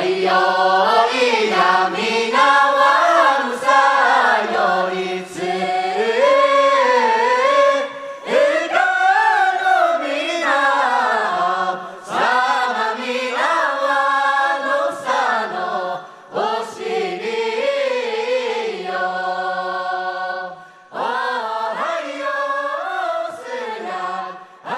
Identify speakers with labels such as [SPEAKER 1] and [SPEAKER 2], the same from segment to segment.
[SPEAKER 1] よい涙はうさよりつうかのみなさまみなわのさのおしりよおはようすらあ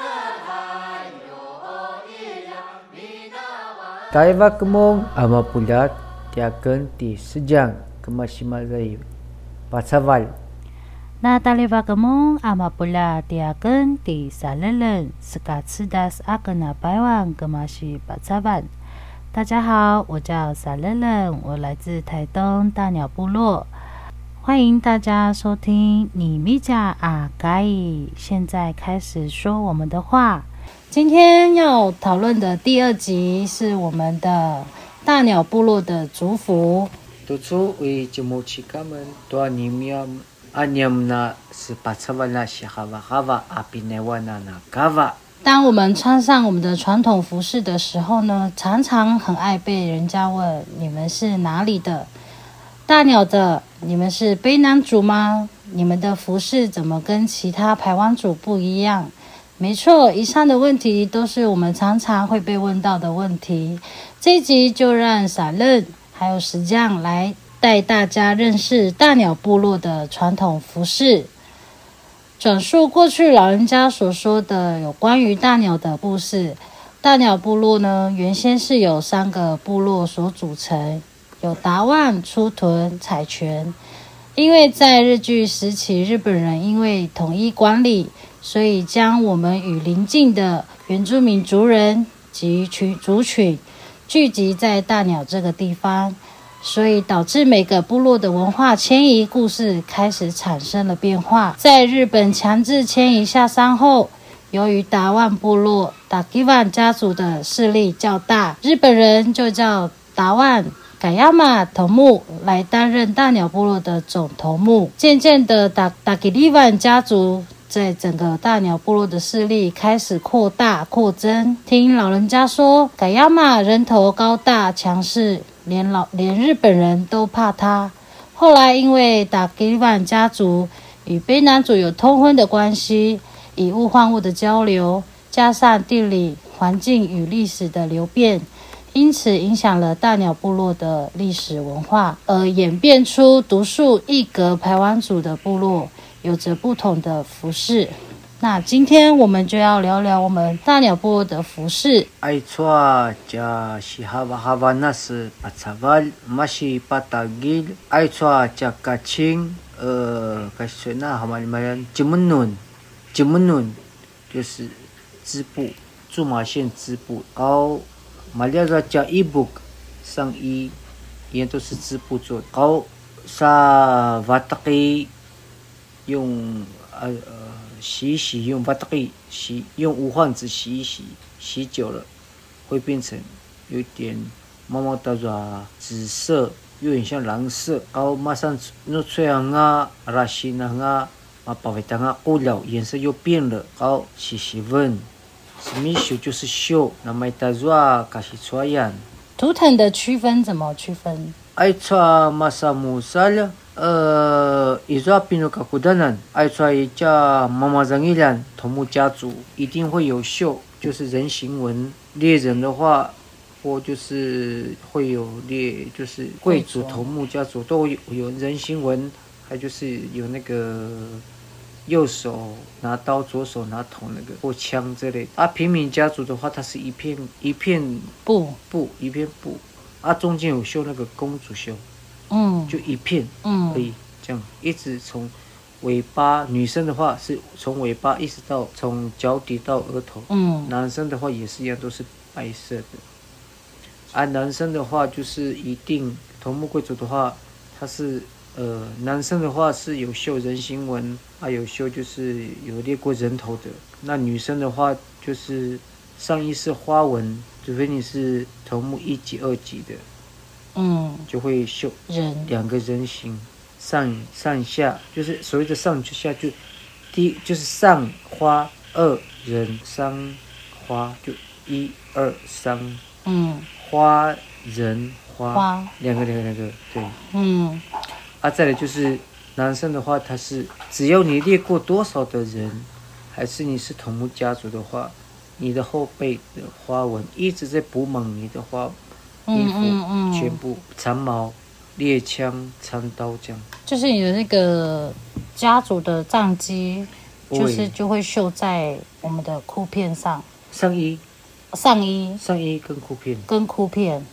[SPEAKER 1] なはよいらみなわ
[SPEAKER 2] Taiva Kemong Ama Pulat Tiakenti Sejang Kemasimalai Pasaval
[SPEAKER 3] 那达利瓦格蒙阿玛布拉迪亚根迪萨勒人斯卡茨达斯阿格纳百万格玛西巴扎万。大家好，我叫萨勒人，我来自台东大鸟部落。欢迎大家收听你咪讲啊该，现在开始说我们的话。今天要讨论的第二集是我们的大鸟部落的族服。
[SPEAKER 2] Tutsu Ui Jemuchi Kamen Tua Nimiam Anyam Na Sepasaval Na Shihava Hava Apinewa Na Nagawa
[SPEAKER 3] 当我们穿上我们的传统服饰的时候呢，常常很爱被人家问：“你们是哪里的？大鸟的？你们是卑南族吗？你们的服饰怎么跟其他排湾族不一样？”没错，以上的问题都是我们常常会被问到的问题。这一集就让傻乐还有石匠来带大家认识大鸟部落的传统服饰。转述过去老人家所说的有关于大鸟的故事。大鸟部落呢，原先是由三个部落所组成，有达万、出屯、彩泉。因为在日据时期，日本人因为统一管理，所以将我们与邻近的原住民族人及群族群聚集在大鸟这个地方，所以导致每个部落的文化迁移故事开始产生了变化。在日本强制迁移下山后，由于达万部落达基万家族的势力较大，日本人就叫达万。改亚马头目来担任大鸟部落的总头目。渐渐的，达达基利万家族在整个大鸟部落的势力开始扩大扩增。听老人家说，改亚马人头高大强势，连老连日本人都怕他。后来因为达基万家族与卑南族有通婚的关系，以物换物的交流，加上地理环境与历史的流变，因此影响了大鸟部落的历史文化，而演变出独树一格排湾族的部落，有着不同的服饰。那今天我们就要聊聊我们大鸟部落的服饰。
[SPEAKER 2] Aitua Ja Shihava Hava Na Sepasaval Mashi Patagil Aitua Ja Kaching э, Kachina Hamal Mayan Jimunun Jimunun 就是织布，苎麻线织布。哦，马利亚扎加伊布上衣也都是织布做的。哦，萨瓦特基用呃呃洗一洗，用瓦特基洗，用无患子洗一洗，洗久了会变成有点毛毛的软紫色。有点像蓝色，哦，马上那吹昂啊，拉西那啊，啊，宝贝当啊，哦了，颜色又变了，哦，洗洗问，什么秀就是秀，那么大抓卡西抓样，
[SPEAKER 3] 图腾的区分怎么区分？
[SPEAKER 2] 爱抓马萨姆萨了，呃，伊抓比诺卡古达人，爱抓一家妈妈人一两，头目家族一定会有秀，就是人形纹，猎人的话。或就是会有猎，就是贵族
[SPEAKER 3] 贵族
[SPEAKER 2] 头目家族都有有人形纹，还就是有那个右手拿刀，左手拿桶那个或枪之类的。啊，平民家族的话，它是一片一片
[SPEAKER 3] 不，
[SPEAKER 2] 布，一片布，啊，中间有绣那个公主袖，
[SPEAKER 3] 嗯
[SPEAKER 2] 就一片
[SPEAKER 3] 嗯
[SPEAKER 2] 而已，这样一直从尾巴，女生的话是从尾巴一直到从脚底到额头，
[SPEAKER 3] 嗯
[SPEAKER 2] 男生的话也是一样，都是白色的。啊，男生的话就是一定头目贵族的话，他是呃，男生的话是有绣人形纹，啊有绣就是有列过人头的。那女生的话就是上衣是花纹，除非你是头目一级、二级的，
[SPEAKER 3] 嗯，
[SPEAKER 2] 就会绣
[SPEAKER 3] 人
[SPEAKER 2] 两个人形，上上下就是所谓的上就下就，第一就是上花二人三花就一二三
[SPEAKER 3] 嗯
[SPEAKER 2] 花人花，
[SPEAKER 3] 花
[SPEAKER 2] 两个两个两个，对。
[SPEAKER 3] 嗯，
[SPEAKER 2] 啊，再来就是男生的话，他是只要你猎过多少的人，还是你是头目家族的话，你的后背的花纹一直在补满你的花衣服，
[SPEAKER 3] 嗯嗯
[SPEAKER 2] 全部长矛、猎枪、长刀这样。
[SPEAKER 3] 就是你的那个家族的战机，就
[SPEAKER 2] 对
[SPEAKER 3] 是就会绣在我们的裤片上、
[SPEAKER 2] 上衣、
[SPEAKER 3] 上衣
[SPEAKER 2] 上衣跟裤片，
[SPEAKER 3] 跟裤片，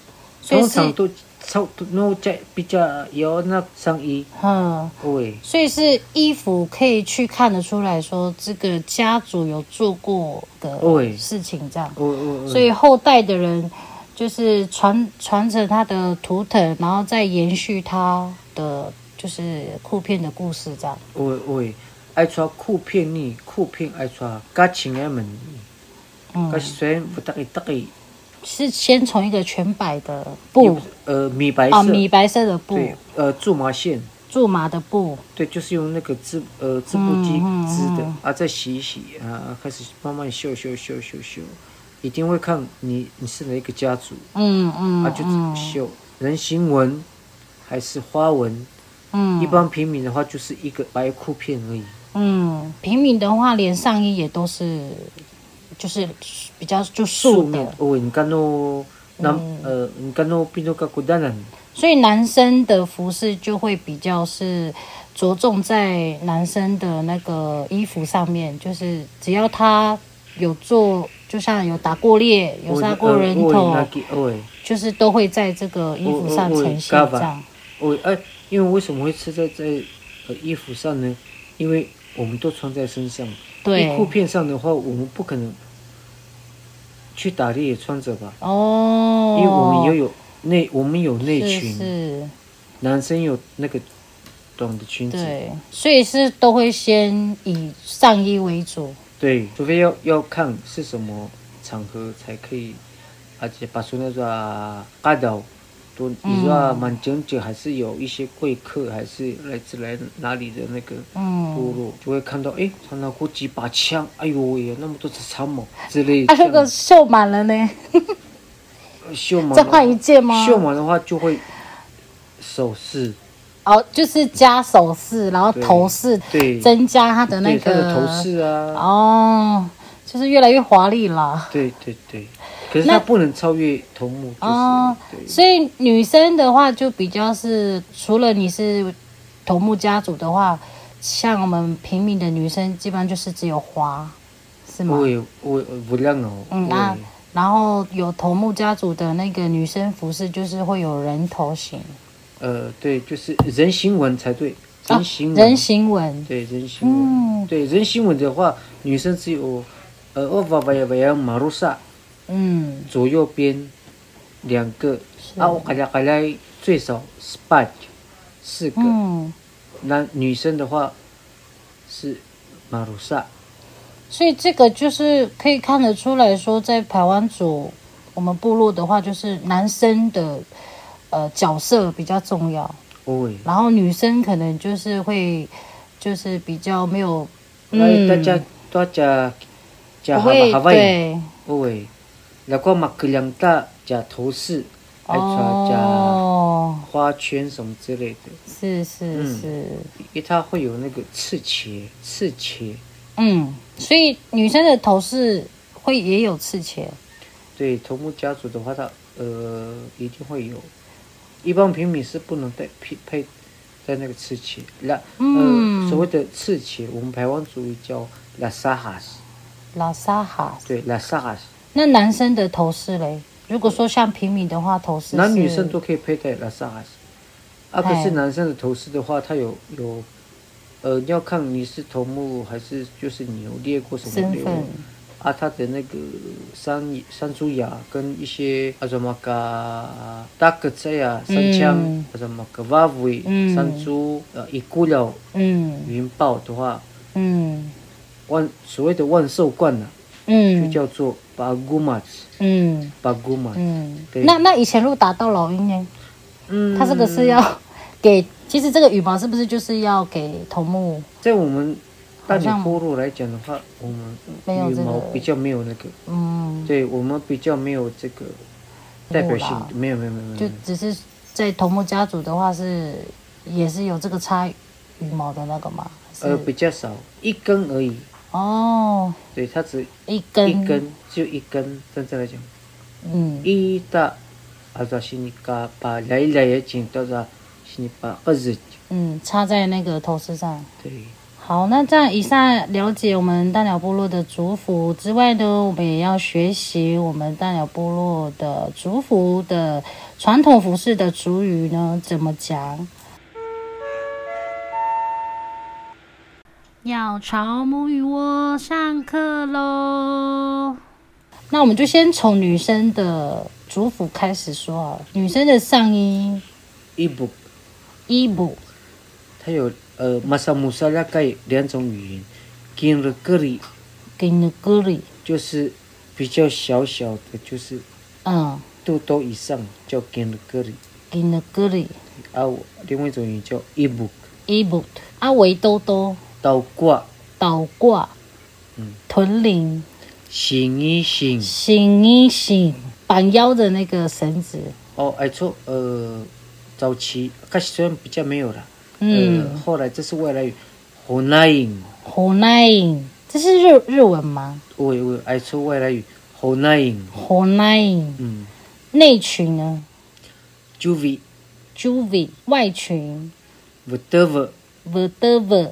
[SPEAKER 3] 所以
[SPEAKER 2] 通常
[SPEAKER 3] 是
[SPEAKER 2] 都超都那在比较有那上衣，
[SPEAKER 3] 嗯。
[SPEAKER 2] 对，
[SPEAKER 3] 所以是衣服可以去看得出来说，这个家族有做过的
[SPEAKER 2] 对
[SPEAKER 3] 事情，这样。
[SPEAKER 2] 哦哦哦，
[SPEAKER 3] 所以后代的人就是传传承他的图腾，然后再延续他的就是酷片的故事，这样。
[SPEAKER 2] 哦哦，爱穿裤片呢，裤片爱穿，家情爱门。
[SPEAKER 3] 嗯
[SPEAKER 2] 噶，是虽然不大个大个
[SPEAKER 3] 是先从一个全白的布
[SPEAKER 2] 呃米白色，
[SPEAKER 3] 啊，米白色的布
[SPEAKER 2] 对，，呃苎麻线，
[SPEAKER 3] 苎麻的布，
[SPEAKER 2] 对，就是用那个织呃织布机
[SPEAKER 3] 嗯嗯
[SPEAKER 2] 织的、
[SPEAKER 3] 嗯
[SPEAKER 2] 啊，再洗一洗啊，开始慢慢绣绣绣绣绣，一定会看你你是哪一个家族、
[SPEAKER 3] 嗯嗯
[SPEAKER 2] 啊，就
[SPEAKER 3] 嗯
[SPEAKER 2] 绣人形纹还是花纹，
[SPEAKER 3] 嗯，
[SPEAKER 2] 一般平民的话就是一个白裤片而已，
[SPEAKER 3] 嗯，平民的话，连上衣也都是，就是比较就素
[SPEAKER 2] 面
[SPEAKER 3] 的，嗯
[SPEAKER 2] 哦，你干哦。那呃，你干哦，变做个古代人，
[SPEAKER 3] 所以男生的服饰就会比较是着重在男生的那个衣服上面，就是只要他有做，就像有打过猎、有杀过人头，
[SPEAKER 2] 呃哦哎，哦
[SPEAKER 3] 就是都会在这个衣服上呈现这样。
[SPEAKER 2] 我哎、因为为什么会吃在在呃衣服上呢？因为我们都穿在身上。
[SPEAKER 3] 对
[SPEAKER 2] 衣裤片上的话，我们不可能去打猎也穿着吧，
[SPEAKER 3] 哦，
[SPEAKER 2] 因为我们也有内，我们有内
[SPEAKER 3] 是
[SPEAKER 2] 裙，
[SPEAKER 3] 是，
[SPEAKER 2] 男生有那个短的裙子，
[SPEAKER 3] 对，所以是都会先以上衣为主。
[SPEAKER 2] 对，除非要要看是什么场合才可以，而且把说那个阿导，都你说满整整还是有一些贵客，还是来自来哪里的那个
[SPEAKER 3] 嗯
[SPEAKER 2] 部落，就会看到哎，诶他拿过几把枪，哎呦喂，那么多只长矛之类
[SPEAKER 3] 啊
[SPEAKER 2] 的，，
[SPEAKER 3] 那个绣满了呢，
[SPEAKER 2] 绣满
[SPEAKER 3] 再换一件吗？
[SPEAKER 2] 绣满的话就会首饰，
[SPEAKER 3] 哦，就是加首饰，然后头饰，
[SPEAKER 2] 对
[SPEAKER 3] 增加它的那
[SPEAKER 2] 对他
[SPEAKER 3] 个
[SPEAKER 2] 的头饰啊，
[SPEAKER 3] 哦，就是越来越华丽啦。
[SPEAKER 2] 对对对，可是他不能超越头目，就是、
[SPEAKER 3] 哦
[SPEAKER 2] 对，
[SPEAKER 3] 所以女生的话就比较是，除了你是头目家族的话，像我们平民的女生，基本上就是只有花，是吗？
[SPEAKER 2] 我也我不亮哦，
[SPEAKER 3] 嗯，
[SPEAKER 2] 我也
[SPEAKER 3] 那然后有头目家族的那个女生服饰，就是会有人头型，
[SPEAKER 2] 呃，对，就是人形纹才对，人形
[SPEAKER 3] 啊、
[SPEAKER 2] 纹，
[SPEAKER 3] 人形纹，
[SPEAKER 2] 对人形纹，
[SPEAKER 3] 嗯
[SPEAKER 2] 对人形纹的话，女生只有呃二八八呀八呀马路上
[SPEAKER 3] 嗯，
[SPEAKER 2] 左右边两个，啊，我嘎啦嘎啦最少是八个四个，
[SPEAKER 3] 嗯，
[SPEAKER 2] 那、女生的话是马路上，
[SPEAKER 3] 所以这个就是可以看得出来说，在台湾族我们部落的话，就是男生的呃角色比较重要，
[SPEAKER 2] 哦喂，
[SPEAKER 3] 然后女生可能就是会就是比较没有，
[SPEAKER 2] 哎
[SPEAKER 3] 嗯，
[SPEAKER 2] 大家大家加
[SPEAKER 3] 不
[SPEAKER 2] 哈
[SPEAKER 3] 会
[SPEAKER 2] 巴哈巴耶。
[SPEAKER 3] 对
[SPEAKER 2] 喂，那个马克两大加头饰，还穿加
[SPEAKER 3] 哦，
[SPEAKER 2] 花圈什么之类的，
[SPEAKER 3] 是是
[SPEAKER 2] 嗯
[SPEAKER 3] 是，
[SPEAKER 2] 因为它会有那个刺切，刺切，
[SPEAKER 3] 嗯，所以女生的头饰会也有刺切，
[SPEAKER 2] 对，头目家族的话，它呃一定会有，一般平民是不能带配配带那个刺切，那
[SPEAKER 3] 嗯
[SPEAKER 2] 呃所谓的刺切，我们台湾族语叫拉萨哈斯，
[SPEAKER 3] 拉萨哈。
[SPEAKER 2] 对，拉萨哈斯，
[SPEAKER 3] 那男生的头饰嘞？如果说像平民的话，头饰
[SPEAKER 2] 男
[SPEAKER 3] 是
[SPEAKER 2] 女生都可以佩戴拉萨哈斯，啊，可
[SPEAKER 3] 哎
[SPEAKER 2] 是男生的头饰的话，它有有，呃，要看你是头目还是就是你有猎过什么
[SPEAKER 3] 身
[SPEAKER 2] 猎
[SPEAKER 3] 份
[SPEAKER 2] 物，啊，它的那个山山猪牙跟一些啊什么个大个菜呀、三枪
[SPEAKER 3] 嗯
[SPEAKER 2] 啊什么个蛙尾
[SPEAKER 3] 嗯、
[SPEAKER 2] 山猪呃一古了
[SPEAKER 3] 嗯
[SPEAKER 2] 云豹的话，
[SPEAKER 3] 嗯
[SPEAKER 2] 万所谓的万寿冠呢、就
[SPEAKER 3] 嗯
[SPEAKER 2] 叫做巴古马子，
[SPEAKER 3] 嗯
[SPEAKER 2] 巴古马，
[SPEAKER 3] 嗯。
[SPEAKER 2] 对
[SPEAKER 3] 那那以前如果打到老鹰呢？
[SPEAKER 2] 嗯
[SPEAKER 3] 它这个是要 给，其实这个羽毛是不是就是要给头目？
[SPEAKER 2] 在我们大
[SPEAKER 3] 好像
[SPEAKER 2] 理部落来讲的话，我们
[SPEAKER 3] 没有
[SPEAKER 2] 羽
[SPEAKER 3] 这个
[SPEAKER 2] 毛比较没有那个，
[SPEAKER 3] 嗯，
[SPEAKER 2] 对我们比较没有这个代表
[SPEAKER 3] 目
[SPEAKER 2] 性
[SPEAKER 3] 啦，
[SPEAKER 2] 没有没有没有没有，
[SPEAKER 3] 就只是在头目家族的话是也是有这个插羽毛的那个嘛，是、
[SPEAKER 2] 呃比较少，一根而已，
[SPEAKER 3] 哦，
[SPEAKER 2] 对，它只
[SPEAKER 3] 一根
[SPEAKER 2] 一根就一根，真正来讲，
[SPEAKER 3] 嗯
[SPEAKER 2] 一大阿扎西尼卡巴来来也紧到扎西尼巴二十，
[SPEAKER 3] 嗯插在那个头饰上。
[SPEAKER 2] 对，
[SPEAKER 3] 好，那在以上了解我们大鸟部落的族服之外呢，我们也要学习我们大鸟部落的族服的传统服饰的族语呢怎么讲。鸟巢母语窝上课喽！那我们就先从女生的族服开始说啊，女生的上衣
[SPEAKER 2] 伊布
[SPEAKER 3] 衣服，
[SPEAKER 2] 它有呃马萨姆萨拉盖两种语言，金日格里
[SPEAKER 3] 给你个里，
[SPEAKER 2] 就是比较小小的，就是
[SPEAKER 3] 嗯，
[SPEAKER 2] 肚兜以上叫金日格里，
[SPEAKER 3] 给你个里。
[SPEAKER 2] 啊，我另外一种语言叫伊布
[SPEAKER 3] i b o t 啊，围兜兜、
[SPEAKER 2] 倒挂
[SPEAKER 3] 倒挂、
[SPEAKER 2] 嗯
[SPEAKER 3] 臀领、
[SPEAKER 2] 醒一醒。
[SPEAKER 3] 醒一醒、绑腰的那个绳子，
[SPEAKER 2] 哦，哎错，呃，早期开始虽然比较没有了，
[SPEAKER 3] 嗯
[SPEAKER 2] 呃，后来这是外来语，河南语，
[SPEAKER 3] 火奈影，这是日日文吗？
[SPEAKER 2] 我我哎错外来语，河南语，
[SPEAKER 3] 火奈影，
[SPEAKER 2] 嗯
[SPEAKER 3] 内裙呢
[SPEAKER 2] ，juvie
[SPEAKER 3] ，juvie，外裙
[SPEAKER 2] v d v
[SPEAKER 3] v e d v e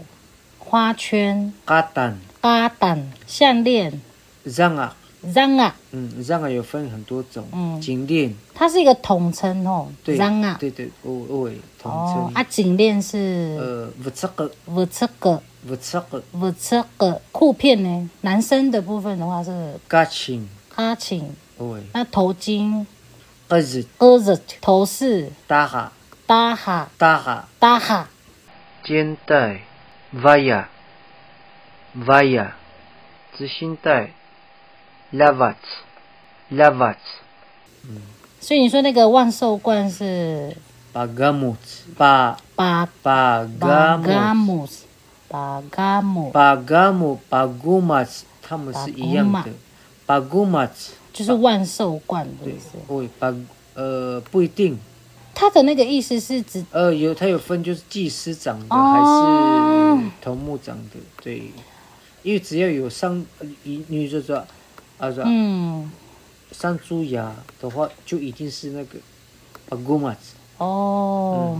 [SPEAKER 3] 花圈、
[SPEAKER 2] katan
[SPEAKER 3] 巴蛋、项链、
[SPEAKER 2] zanga，
[SPEAKER 3] zang 啊，
[SPEAKER 2] 嗯，zanga 有分很多种，
[SPEAKER 3] 嗯
[SPEAKER 2] 颈链，
[SPEAKER 3] 它是一个统称哦
[SPEAKER 2] 对
[SPEAKER 3] ，zang 啊，
[SPEAKER 2] 对对，我我也统
[SPEAKER 3] 哦，啊，
[SPEAKER 2] 称，
[SPEAKER 3] 颈链是
[SPEAKER 2] 呃 v t s k
[SPEAKER 3] v 这个。
[SPEAKER 2] v t s k
[SPEAKER 3] 我这个裤片呢，男生的部分的话是
[SPEAKER 2] gachin，
[SPEAKER 3] 阿请，
[SPEAKER 2] 我
[SPEAKER 3] 那头巾、
[SPEAKER 2] 儿子
[SPEAKER 3] 鸽子头饰、
[SPEAKER 2] 大哈
[SPEAKER 3] 搭哈、
[SPEAKER 2] 大哈
[SPEAKER 3] 搭哈、
[SPEAKER 2] 肩带 via via 执行带 lavat lavat
[SPEAKER 3] 所以你说那个万寿冠是
[SPEAKER 2] bagamut ba
[SPEAKER 3] 巴
[SPEAKER 2] bagamut
[SPEAKER 3] 姆斯，巴嘎姆，
[SPEAKER 2] bagamu bagumat 它们是一样的 bagumat
[SPEAKER 3] 就是万寿冠的
[SPEAKER 2] 对
[SPEAKER 3] 意思。
[SPEAKER 2] 会 bag 呃不一定
[SPEAKER 3] 它的那个意思是指
[SPEAKER 2] 呃有它有分就是祭司长的
[SPEAKER 3] 哦
[SPEAKER 2] 还是头目长的对，因为只要有上呃一女就说啊说
[SPEAKER 3] 嗯
[SPEAKER 2] 上蛀牙的话，就一定是那个 agumat
[SPEAKER 3] 哦，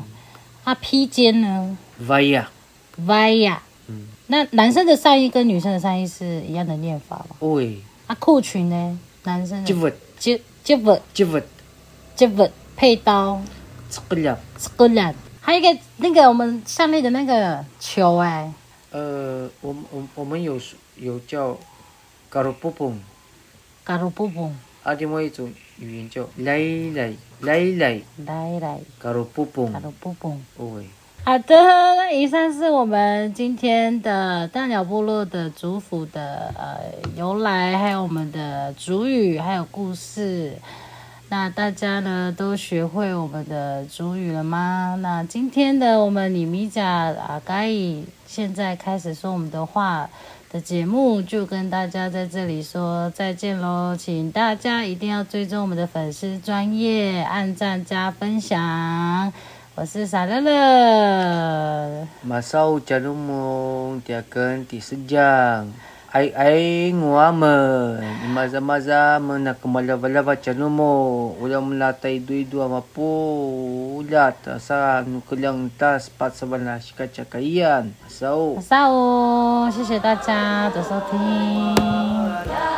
[SPEAKER 3] 啊披肩呢
[SPEAKER 2] via，
[SPEAKER 3] ，via。
[SPEAKER 2] 嗯
[SPEAKER 3] 那男生的上衣跟女生的上衣是一样的念法吗？
[SPEAKER 2] ，oi
[SPEAKER 3] 啊，裤裙呢？男生的
[SPEAKER 2] jivet
[SPEAKER 3] 接接吻
[SPEAKER 2] jivet
[SPEAKER 3] 接吻配刀
[SPEAKER 2] t q l a
[SPEAKER 3] 这个人，还有一个那个我们项链的那个球哎、
[SPEAKER 2] 呃，我们我们我们有说有叫 garupum，
[SPEAKER 3] 嘎鲁布布
[SPEAKER 2] 啊，另外一种语言叫 lai lai lai lai 哦
[SPEAKER 3] 来来嘎鲁
[SPEAKER 2] garupum，oi，
[SPEAKER 3] 布布。好的，那以上是我们今天的大鸟部落的族服的呃由来，还有我们的族语，还有故事。那大家呢都学会我们的主语了吗？那今天的我们李米甲阿嘎伊现在开始说我们的话的节目，就跟大家在这里说再见喽！请大家一定要追踪我们的粉丝专业，按赞加分享。我是傻乐乐，
[SPEAKER 2] masau jarumung tiakan ti sejang ai ai nguamen maza maza mena kemala vala vachanumo ulam latai dui dua mapu ulat asa nukulang tas pat lah, sabana shikacha kayan masau
[SPEAKER 3] 马萨哦，谢谢大家的收听。
[SPEAKER 1] 啦